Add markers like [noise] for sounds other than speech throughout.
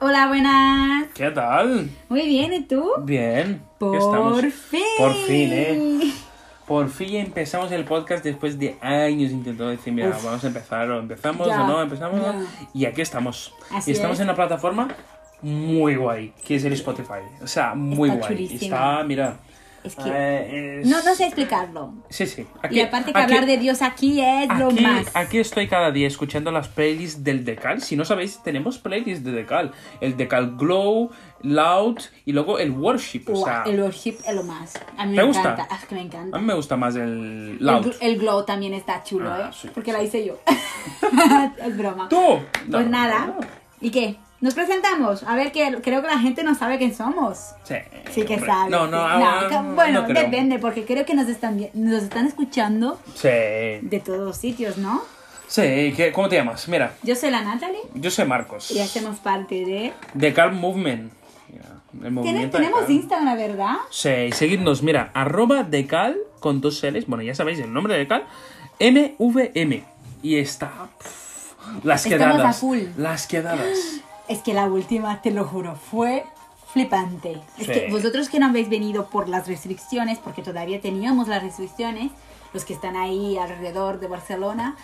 Hola, buenas. ¿Qué tal? Muy bien, ¿y tú? Bien. aquí Por estamos. fin. Por fin, ¿eh? Por fin empezamos el podcast después de años intentando decir, mira, Uf. vamos a empezar, o empezamos Ya, o no, empezamos. o no. ya. Y aquí estamos. Así y estamos es. en una plataforma muy guay, que es el Spotify. O sea, muy Está guay. chulísima. Está, mira. Es que eh, es- no, no sé explicarlo. Sí, sí. y aparte que hablar de Dios aquí es lo Aquí, más. aquí estoy cada día escuchando las playlists del Decal. Si no sabéis, tenemos playlists de Decal. El Decal Glow, Loud y luego el Worship. O Guau, sea, el worship es lo más. A mí ¿Te me gusta? encanta. Ah, que me encanta. a mí me gusta más el El, Loud. gl- el glow también está chulo, Ah, ¿eh? sí, Porque la hice [laughs] yo. es broma. ¡Tú! No, Pues nada. no. ¿Y qué? Nos presentamos. A ver, que creo que la gente no sabe quién somos. Sí, Sí que hombre. sabe. No, sí. no, ah, ca- no Bueno, creo. depende, porque creo que nos están, vi- nos están escuchando Sí. de todos sitios, ¿no? Sí, ¿qué- ¿cómo te llamas? Mira, Yo soy la Natalie yo soy Marcos. y este hacemos parte de... Decal Movement. Mira, el Tiene- movimiento tenemos Decal. Instagram, ¿verdad? Sí, seguidnos, mira, arroba decal con dos L's, bueno, ya sabéis el nombre de decal, MVM. Y está... pff, las Estamos a quedadas. full. Las quedadas. Es que la última, te lo juro, fue flipante. Es Sí. que vosotros que no habéis venido por las restricciones, porque todavía teníamos las restricciones, los que están ahí alrededor de Barcelona,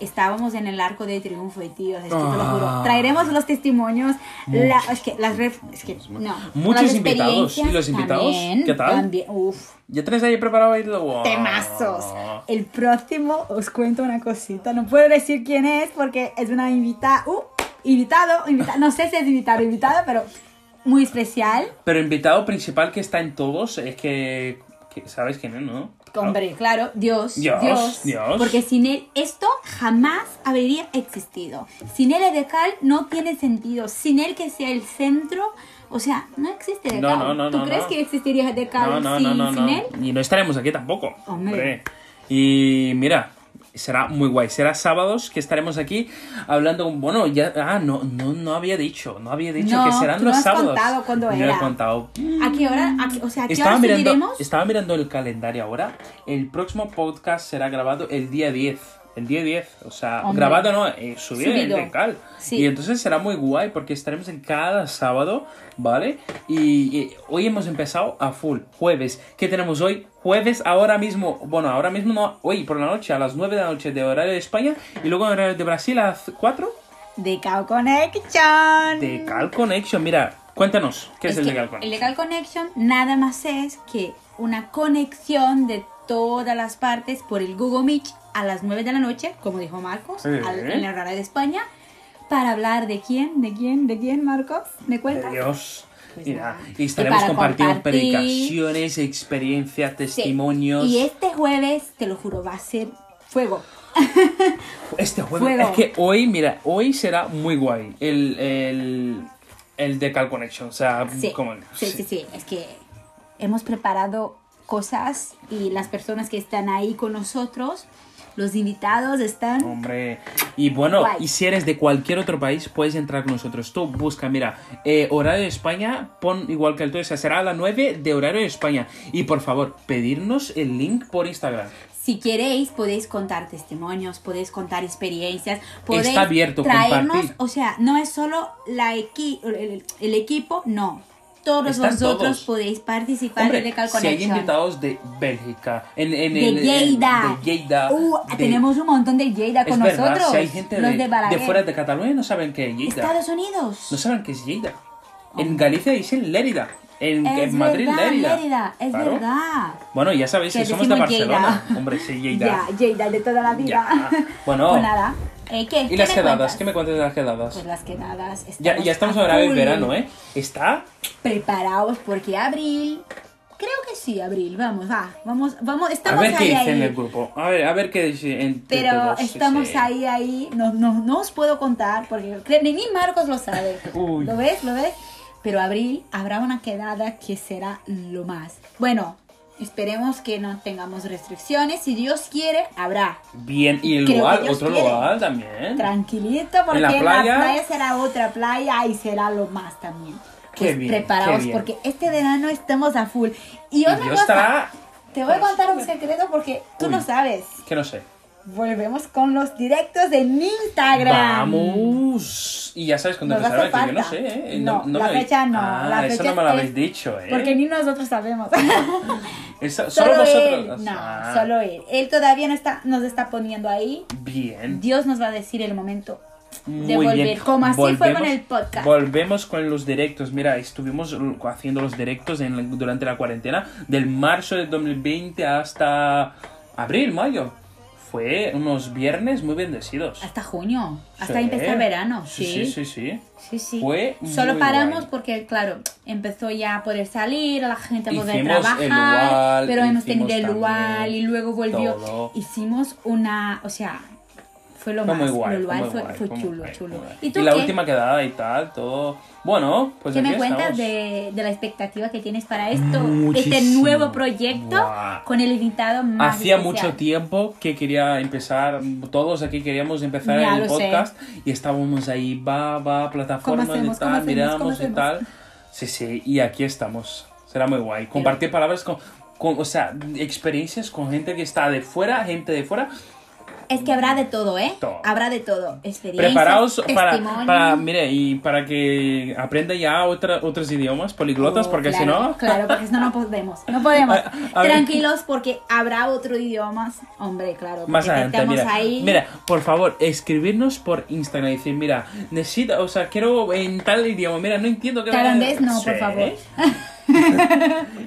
estábamos en el arco de triunfo y tíos, es que te lo juro. Ah. Traeremos los testimonios, la- es que las ref- es que no, Muchos las invitados, y experiencias los invitados, ¿qué tal? También, uf, ¿Ya tenéis ahí preparado Oh. el... Wow. temazos. El próximo os cuento una cosita. No puedo decir quién es porque es una invitada. Uh, invitado, invita- No sé si es invitado o invitada, pero muy especial. Pero invitado principal que está en todos es que... que ¿Sabes quién es, no? Hombre, claro, Dios, Dios, Dios, Dios. Porque sin él esto jamás habría existido. Sin él Edecal no tiene sentido. Sin él que sea el centro, o sea, no existe Edecal. No, no, no, ¿Tú no, crees no. que existiría Edecal sin, sin él? Y no estaremos aquí tampoco. Hombre. Y mira, será muy guay. Será sábados que estaremos aquí hablando. con- Bueno, ya. Ah, no, no, no había dicho. No había dicho No, que serán tú no los has sábados. contado cuándo No era. he contado. ¿A qué hora? ¿A qué- o sea, ¿a qué Estaba hora mirando, subiremos? estaba mirando el calendario ahora. El próximo podcast será grabado el día 10. El día 10, o sea, Hombre. grabado no, eh, subido, en el Subido. Tencal. Sí. Y entonces será muy guay porque estaremos en cada sábado, ¿vale? Y, y hoy hemos empezado a full, jueves. ¿Qué tenemos hoy? Jueves ahora mismo, bueno, ahora mismo no, hoy por la noche a las 9 de la noche de horario de España y luego en horario de Brasil a las 4 De Cow Connection. de Cal Connection. Mira, cuéntanos, ¿qué es, el que de Cal Connection? El Legal Connection nada más es que una conexión de todas las partes por el Google Meet a las 9 de la noche, como dijo Marcos, Eh. al- en la hora de España, para hablar de quién, de quién, de quién, Marcos, ¿me cuentas? De Dios. Pues Mira, nada. y estaremos para compartiendo compartir- predicaciones, experiencias, Sí. testimonios. Y este jueves, te lo juro, va a ser fuego. Este jueves Fuego. es que hoy, mira, hoy será muy guay el, el, el de Cal Connection. O sea, Sí, como el- sí, sí, sí, es que hemos preparado cosas y las personas que están ahí con nosotros, los invitados están... Hombre, y bueno, Guay. y si eres de cualquier otro país, puedes entrar con nosotros. Tú busca, mira, eh, horario de España, pon igual que el tuyo, o sea, será a las 9 de horario de España. Y por favor, pedirnos el link por Instagram. Si queréis, podéis contar testimonios, podéis contar experiencias, podéis Está abierto, traernos, compartir. o sea, no es solo la equi- el, el equipo, no. Todos Están vosotros todos. podéis participar Hombre, de Legal si hay Connection. invitados de Bélgica, en, en, en- de en- Lleida. de Lleida, Uh, de- tenemos un montón de Lleida es con verdad, nosotros. si hay gente los de, de, Balaguer. de fuera de Cataluña no saben qué es Lleida. Estados Unidos. No saben qué es Lleida. En Galicia dicen Lérida. En, es en Madrid, verdad, Lérida. Lérida, Es Claro. verdad. Bueno, ya sabéis Que que somos de decimos Barcelona. Lleida. [laughs] Hombre, sí, Lleida. Ya, Lleida de toda la vida. Ya. Bueno. [laughs] Pues nada. Eh, ¿qué? ¿Y ¿Qué las me quedadas? cuentas? ¿Qué me cuentas de las quedadas? Pues las quedadas. ya, ya estamos a ahora en full. verano, ¿eh? Está preparaos porque abril creo que sí abril vamos va vamos vamos estamos a ver qué ahí dicen ahí el grupo. A ver, a ver qué dicen entre pero todos, sí, estamos sí. ahí ahí no, no no os puedo contar porque cre- ni Marcos lo sabe [laughs] Uy. lo ves lo ves pero abril habrá una quedada que será lo más bueno esperemos que no tengamos restricciones si Dios quiere habrá Bien, y el Creo que lugar, ellos otro quieren. lugar también. Tranquilito, porque ¿En la playa? será otra playa y será lo más también. Qué Pues bien, preparaos qué bien. porque este verano estamos a full. Y Y otra Dios cosa, estará Te voy a contar un secreto porque tú Uy. no sabes. Que no sé. Volvemos con los directos de mi Instagram. Vamos. Y ya sabes cuándo Nos hace empezará, que yo no falta. sé, ¿eh? No, la me habéis- fecha no, Ah, la eso fecha no me lo es- habéis dicho, ¿eh? Porque ni nosotros sabemos. Esa- solo, [laughs] solo vosotros. él. No, Ah, solo él. Él todavía no está, nos está poniendo ahí. Bien. Dios nos va a decir el momento de Muy volver. bien. Como así fue con Volvemos- el podcast. Volvemos con los directos. Mira, estuvimos haciendo los directos en la- durante la cuarentena, del marzo de 2020 hasta abril, mayo. Fue unos viernes muy bendecidos. Hasta junio. Hasta Sí. empezar verano. Sí. Sí, sí, sí. sí. Sí, sí. Fue muy Solo paramos guay. porque, claro, empezó ya a poder salir, la gente a poder Hicimos trabajar, el luau, pero hemos hicimos tenido el luau también y luego volvió. todo. Hicimos una, o sea, fue lo Fue más, muy guay. el luau muy fue, guay, fue muy chulo, guay, chulo. muy guay. ¿Y tú la qué? última quedada y tal, todo. Bueno, pues ¿Qué aquí me cuentas estamos. de, de la expectativa que tienes para esto? Este Muchísimo. nuevo proyecto Guau. con el invitado más Hacía especial. mucho tiempo que quería empezar, todos aquí queríamos empezar Ya el lo sé. podcast y estábamos ahí, va, va, plataformas hacemos? y ¿Cómo hacemos? tal, ¿Cómo miramos y hacemos? tal. Sí, sí, y aquí estamos. Será muy guay. Compartir palabras con, con, o sea, experiencias con gente que está de fuera, gente de fuera. Es que habrá de todo, ¿eh? Todo. Habrá de todo. Experiencia, Preparaos para, testimonio. para, mire, y para que aprenda ya otra, otros idiomas poliglotas, Oh, porque si claro, no... Claro, porque si no, no podemos. No podemos. [laughs] a ver. Tranquilos, porque habrá otro idioma. más. Hombre, claro. Pues Más porque adelante, estamos mira, ahí. mira, por favor, escribirnos por Instagram y decir, mira, necesito, o sea, quiero en tal idioma, mira, no entiendo qué... Tailandés, no, por Sí. favor.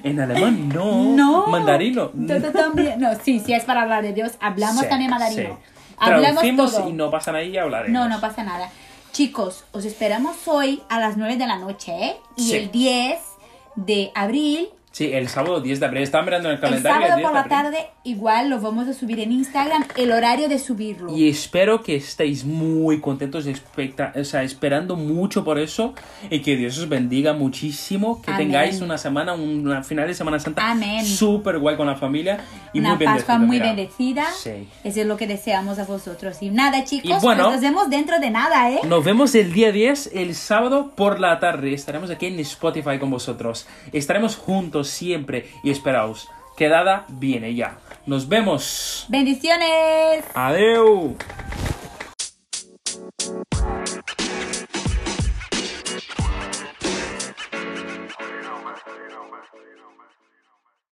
En alemán, no. No. Oh, Mandarino. Tú- tú también. No, sí, sí, es para hablar de Dios. Hablamos Sí, también mandarino. sí. Hablamos Traducimos todo. y no pasan ahí y hablaremos. no, no pasa nada. Chicos, os esperamos hoy a las 9 de la noche, ¿eh? Y Sí. el 10 de abril Sí, el sábado 10 de abril, estaba mirando en el El calendario. sábado 10 por de la abril. tarde igual lo vamos a subir en Instagram, el horario de subirlo. Y espero que estéis muy contentos, expecta- o sea, esperando mucho por eso. Y que Dios os bendiga muchísimo. Que Amén. tengáis una semana, un una final de Semana Santa Amén. súper guay con la familia. Y Una muy Pascua bendecida, muy mira. bendecida. Sí. Eso es lo que deseamos a vosotros. Y nada, chicos, Y bueno- pues nos vemos dentro de nada, ¿eh? Nos vemos el día 10, el sábado por la tarde. Estaremos aquí en Spotify con vosotros. Estaremos juntos siempre. Y esperaos, quedada viene ya. Nos vemos. Bendiciones. Adiós.